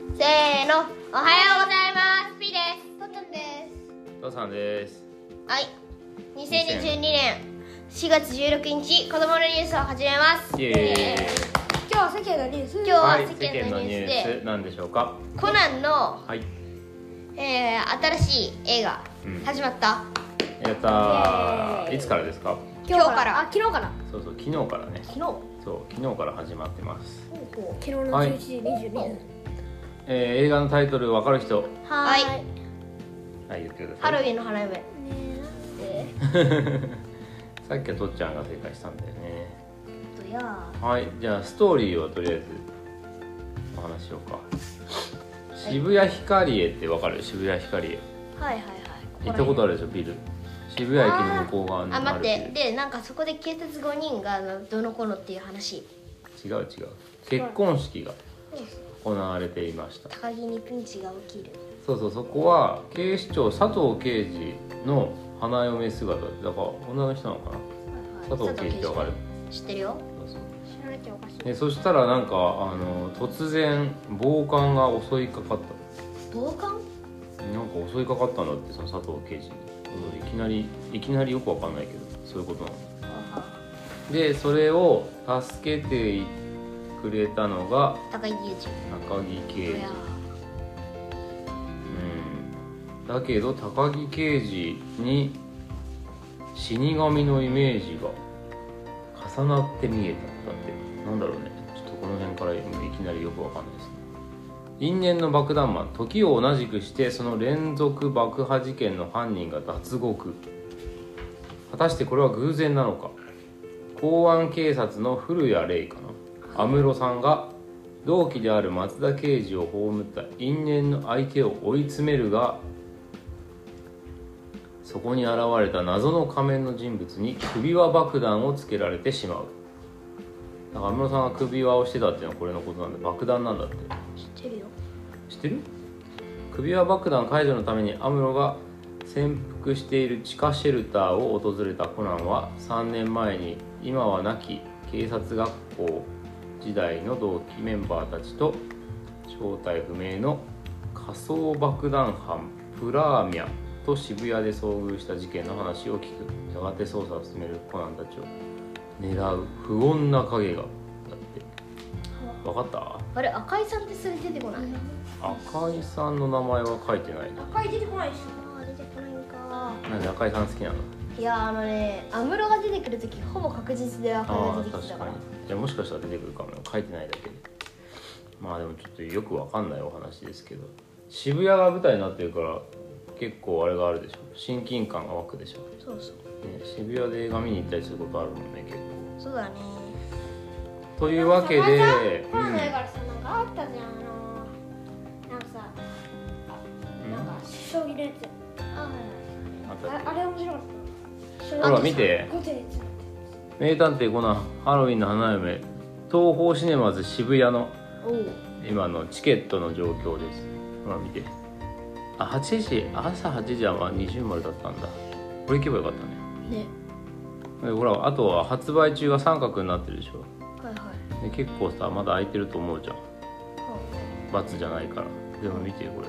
のおはようございますピーですポトンです父さんですはい2022年4月16日子供のニュースを始めますイエーイ今日は世間のニュース今日ははい世間のニュースで、世なんでしょうかコナンの、はいえー新しい映画、うん始まったやったーイエーイいつからですか今日からあ昨日からそうそう昨日からね昨日ほそう昨日から始まってます、うほう昨日のはい11時22分えー映画のタイトルわかる人はいはーはい言ってくだハさロウいィンの花嫁ねえなんでさっきはとっちゃんが正解したんだよねほんとやはいじゃあストーリーをとりあえずお話ししようか渋谷ヒカリエってわかる渋谷ヒカリエはいはいはい行ったことああるでしょビル渋谷駅の向こう側にああ待るっビルてでなんかそこで警察5人があのどのこのっていう話違う違う結婚式が行われていました高木にピンチが起きるそうそうそこは警視庁佐藤刑事の花嫁姿だから女の人なのかな佐藤刑事ってわかる知ってるよそうそう知らなきゃおかしいでそしたらなんかあの突然暴漢が襲いかかった暴漢なんか襲いかかったんだってその佐藤刑事にいきなりいきなりよくわかんないけどそういうことなのでそれを助けてくれたのが高木雄一中木刑い事やうんだけど高木刑事に死神のイメージが重なって見えたんだってなんだろうねちょっとこの辺からいきなりよくわかんないですね因縁の爆弾マン時を同じくしてその連続爆破事件の犯人が脱獄果たしてこれは偶然なのか公安警察の古谷玲かな安室さんが同期である松田刑事を葬った因縁の相手を追い詰めるがそこに現れた謎の仮面の人物に首輪爆弾をつけられてしまうだから安室さんが首輪をしてたっていうのはこれのことなんで爆弾なんだって知ってるよ知ってる首輪爆弾解除のためにアムロが潜伏している地下シェルターを訪れたコナンは3年前に今は亡き警察学校時代の同期メンバーたちと正体不明の仮想爆弾犯プラーミャと渋谷で遭遇した事件の話を聞くやがて捜査を進めるコナンたちを狙う不穏な影がだって分かったあれ赤井さんってすぐ出てこない赤井さんの名前は書いてないな赤い出てこないしあー出てこないんかなんで赤井さん好きなのいやーあのね安室が出てくる時ほぼ確実で赤井あがあ出てきて確たかからにじゃあもしかしたら出てくるかもよ書いてないだけでまあでもちょっとよくわかんないお話ですけど渋谷が舞台になってるから結構あれがあるでしょ親近感が湧くでしょ、そうそうね、渋谷で映画見に行ったりすることあるもんね結そうだね構というわけで、コロナだからさなんかあったじゃんあのーなんかさうんなんか将棋のやつあうんあったっああれ面白かったほら見て後日け名探偵コナンハロウィンの花嫁東宝シネマズ渋谷のおう今のチケットの状況ですほら見てあ8時朝8時は二重丸だったんだこれ行けばよかったねねでほらあとは発売中が三角になってるでしょはいはいで結構さまだ空いてると思うじゃんはバツじゃないからでも見てこれ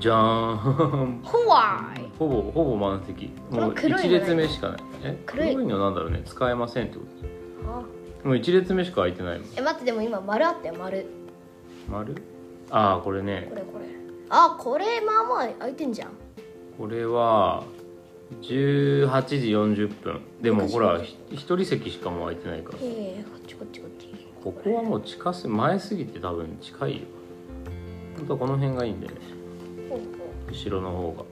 じゃーん 怖いほぼほぼ満席もうこれ黒いの1列目しかないえ黒い黒いのなんだろうね使えませんってこあともう1列目しか空いてないもんえ待ってでも今丸あったよ丸丸ああこれねこれこれあこれまあまあ開いてんじゃんこれは18時40分でもほらひ一人席しかもう空いてないからええこっちこっちこっちここはもう近す前すぎて多分近いよ本当はこの辺がいいんだよねほう後ろの方が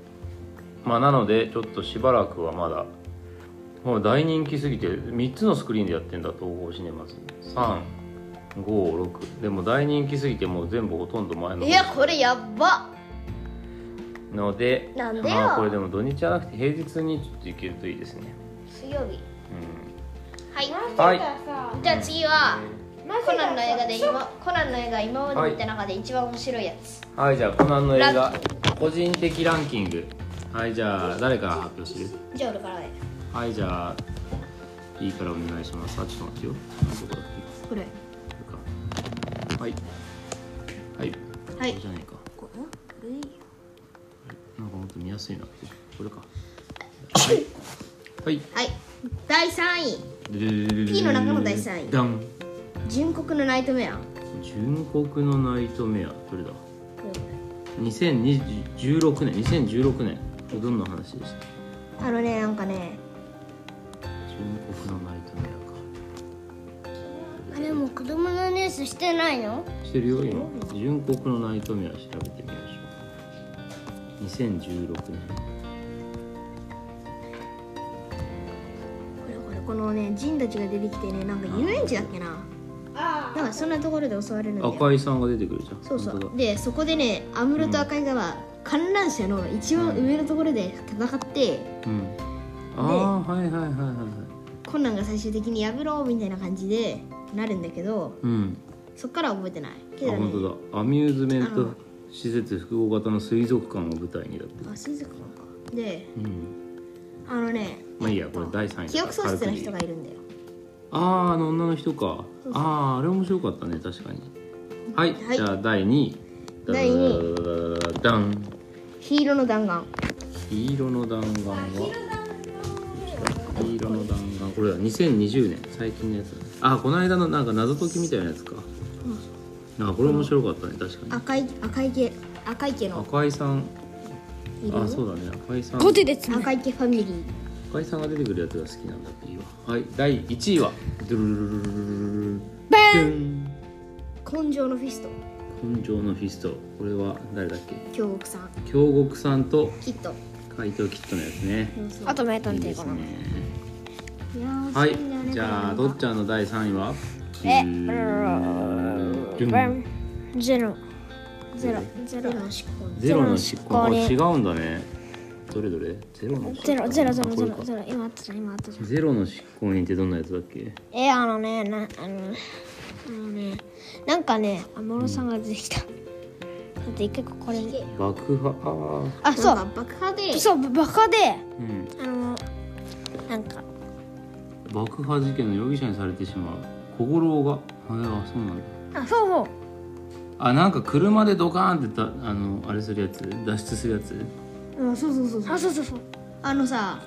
まあなのでちょっとしばらくはまだもう大人気すぎて3つのスクリーンでやってんだ東宝シネマズ356でも大人気すぎてもう全部ほとんど前のほ方ういやこれやっばのでなんでよまあこれでも土日じゃなくて平日にちょっと行けるといいですね水曜日うんはい前からさじゃあ次は前コナンの映画で今今コナンの映画今まで見た中で一番面白いやつはいじゃあコナンの映ラ画ン個人的ランキングはいじゃあ誰から発表するじゃあ俺からではいじゃあいいからお願いしますあちょっと待ってよどこだっこれけはいはいはいここじゃないかこれこれでいいよなんかもっと見やすいなこれかはいはいはい第3位ピの中の第三位ダン純国のナイトメア純国のナイトメアどれだ2016年2016年これどんな話でしたあのねなんかね純国のナイトメあれも子供のニュースしてないのアかしてるよ今純国のナイトメア調べてみましょう2016これこれこのね人たちが出てきてねなんか遊園地だっけなあなんかそんなところで襲われるんだ年よ赤井さんが出てくるじゃんそうそ本当うだでそこでね安室と赤井がは観覧車の一番上のところで戦って、うんああはいはいはいはいはいコナンが最終的に破ろうみたいな感じでなるんだけどうんそっからは覚えてないけあど本ね当だアミューズメンあトの施設複合型の水族館を舞台にだってあ水族館かでうんあのねまあいいやこれ第3位だから記憶喪失な人が軽くでいるいいんだよあああの女の人かそうそうあああれ面白かったね確かにはい、はいじゃあ第2位第二位ダン黄色の弾丸黄色の弾丸は黄色の弾丸これだ2020年最近のやつだねあーこの間のなんか謎解きみたいなやつかあこれ面白かったね確かに赤い赤い毛赤い毛の赤井さんいるあそうだね赤井さんでつ赤い毛ファミリー赤井さんが出てくるやつが好きなんだっていいわはい第1位はドゥルルルルルルルバン根性のフィスト根性のフィストこれは誰だっけ京極さん京極さんときっと怪盗キットのやつねあと名い探いで偵すコナンねいやーはいそうだよねじゃあどっちゃんの第3位はえドゥバンンゼロゼロゼロの執行ゼロの執行あ違ゼうんだねどれどれゼロの執行ゼロゼロゼロあゼこれロかゼロ今あったじゃん今あったじゃんゼロの執行人ってどんなやつだっけえあのねなあのあのねなんかね安室さんが出てきた、だって一回これ爆破ああそなんうか爆破でそうバカでーうんあのなんか爆破事件の容疑者にされてしまう小五郎がああそうなんだあそうそうあなんか車でドカーンってたあのあれするやつ脱出するやつうんそうそうそうそうあそうそうそうあのさ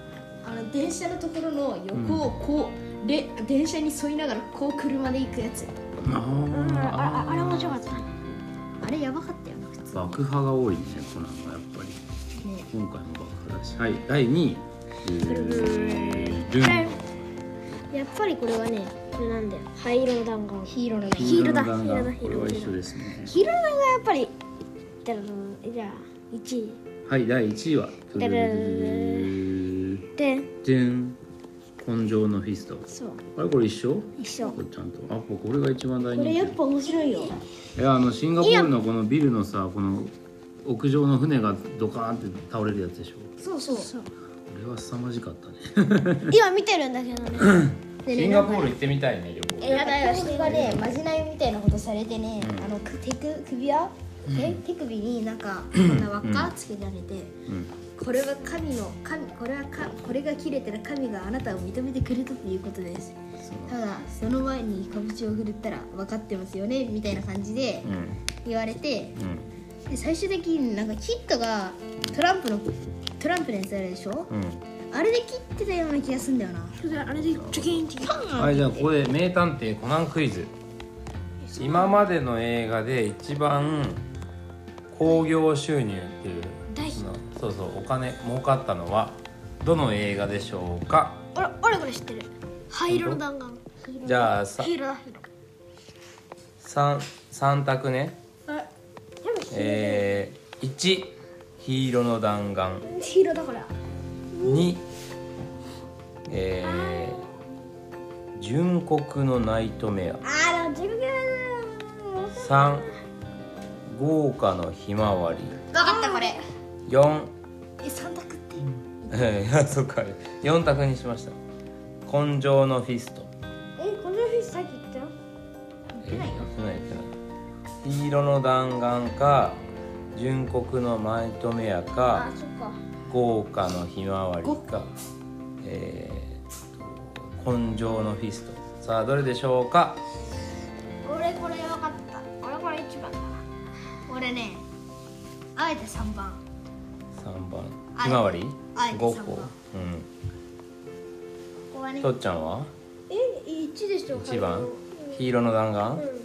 あの電車のところの横をこう、で電車に沿いながらこう車で行くやつあうんーあああれ面白かったあれやばかったよな普通爆破が多いねコナンがやっぱりね今回も爆破だしはい第2位ルンやっぱりこれはねこれなんだよ灰色の弾丸ヒーローのねヒーローだヒーローだヒこーれローだは一緒ですね黄色の弾丸がやっぱりだらだらじゃあ1位はい第1位はドゥルルルルルでドゥン根性のフィストそうあれこれ一緒一緒これちゃんとあこれが一番大こ人れ気やっぱ面白いよいやあのシンガポールのこのビルのさこの屋上の船がドカーンって倒れるやつでしょそうそうそうこれは凄まじかったね今見てるんだけどねでシねンガポール行ってみたいね旅行えなんか東北がねまじないみたいなことされてね、あのく手く首輪、え手首になんかこんな輪っかつけられて、うんこれは神の神これはかこれが切れたら神があなたを認めてくれたということですただその前に拳を振るったら分かってますよねみたいな感じでうん言われてうんで最終的になんかキットがトランプのトランプのやつあるでしょうんあれで切ってたような気がするんだよなあれでチョキンチキンはいじゃあここで名探偵コナンクイズ今までの映画で一番興行収入っていう大ヒそッのそうそうお金儲かったのはどの映画でしょうかト俺俺これ知ってる灰色の弾丸じゃあさヒーローだヒーロー三三択ねあえー、1黄色の弾丸ヒーローだから2えー、純国のナイトメアあらジグ3豪華のひまわり分かったこれ4え三択ってえーい やそっか4択にしました根性のフィストえこの日さっき言ったよえーやってないやってない黄色の弾丸か純国のナイトメアかそっか豪華のひまわりか、えー、と根性のフィストさあどれでしょうか俺これ分かった俺これ一番だな俺れねあえて3番三番あえてひまわりあえて五三個番ここはうねんとっちゃんはえ一でしょ一番黄色の弾う丸ん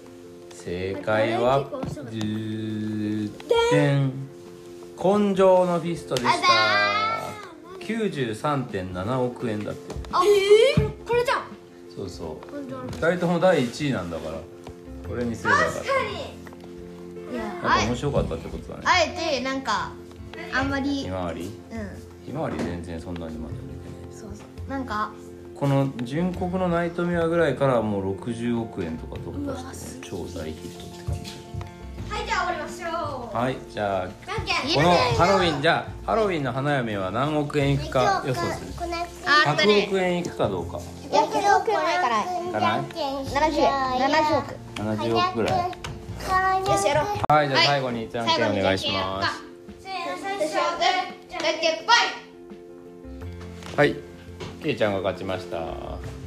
正解はこれ結構面白かった10点根性のフィストでした93.7億円だってあえこれじゃんそうそう今度の2人とも第1位なんだからこれにすればよかったいやなんか面白かったってことだねあえてなんかあんまりひまわりうんひまわり全然そんなにまだ売れてないそうそうなんかこの純国のナイトミラーぐらいからもう60億円とか突破して、ね、超大ヒットって感じはいじゃあ終わりましょはいじゃあうじゃんけんこのハロウィンじゃあハロウィンの花嫁は何億円いくか予想するこのやつあーあった100ね億円いくかどうかやけどくらいからかない70億70億ぐらいよしやろうはいじゃあ最後にじゃんけんお願いしますせーの最初はグーじゃんけんぽいはいけいちゃんが勝ちました